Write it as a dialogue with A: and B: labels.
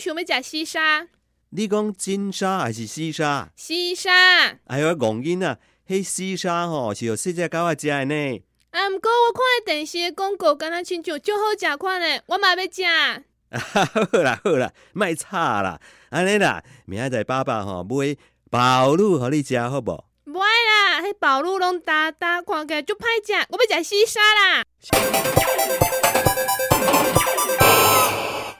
A: 想要食西沙，
B: 你讲金沙还是西沙？
A: 西沙。
B: 哎呦，戆囡啊，迄西沙吼是有细只狗仔食的呢。
A: 啊，毋过我看的电视的广告，敢若亲像足好食款的，我嘛要食。
B: 啊好啦好啦，卖吵啦，安尼啦，明仔载爸爸吼买鲍乳互你食好无？
A: 无爱啦，迄宝路拢焦焦，看起来足歹食，我要食西沙啦。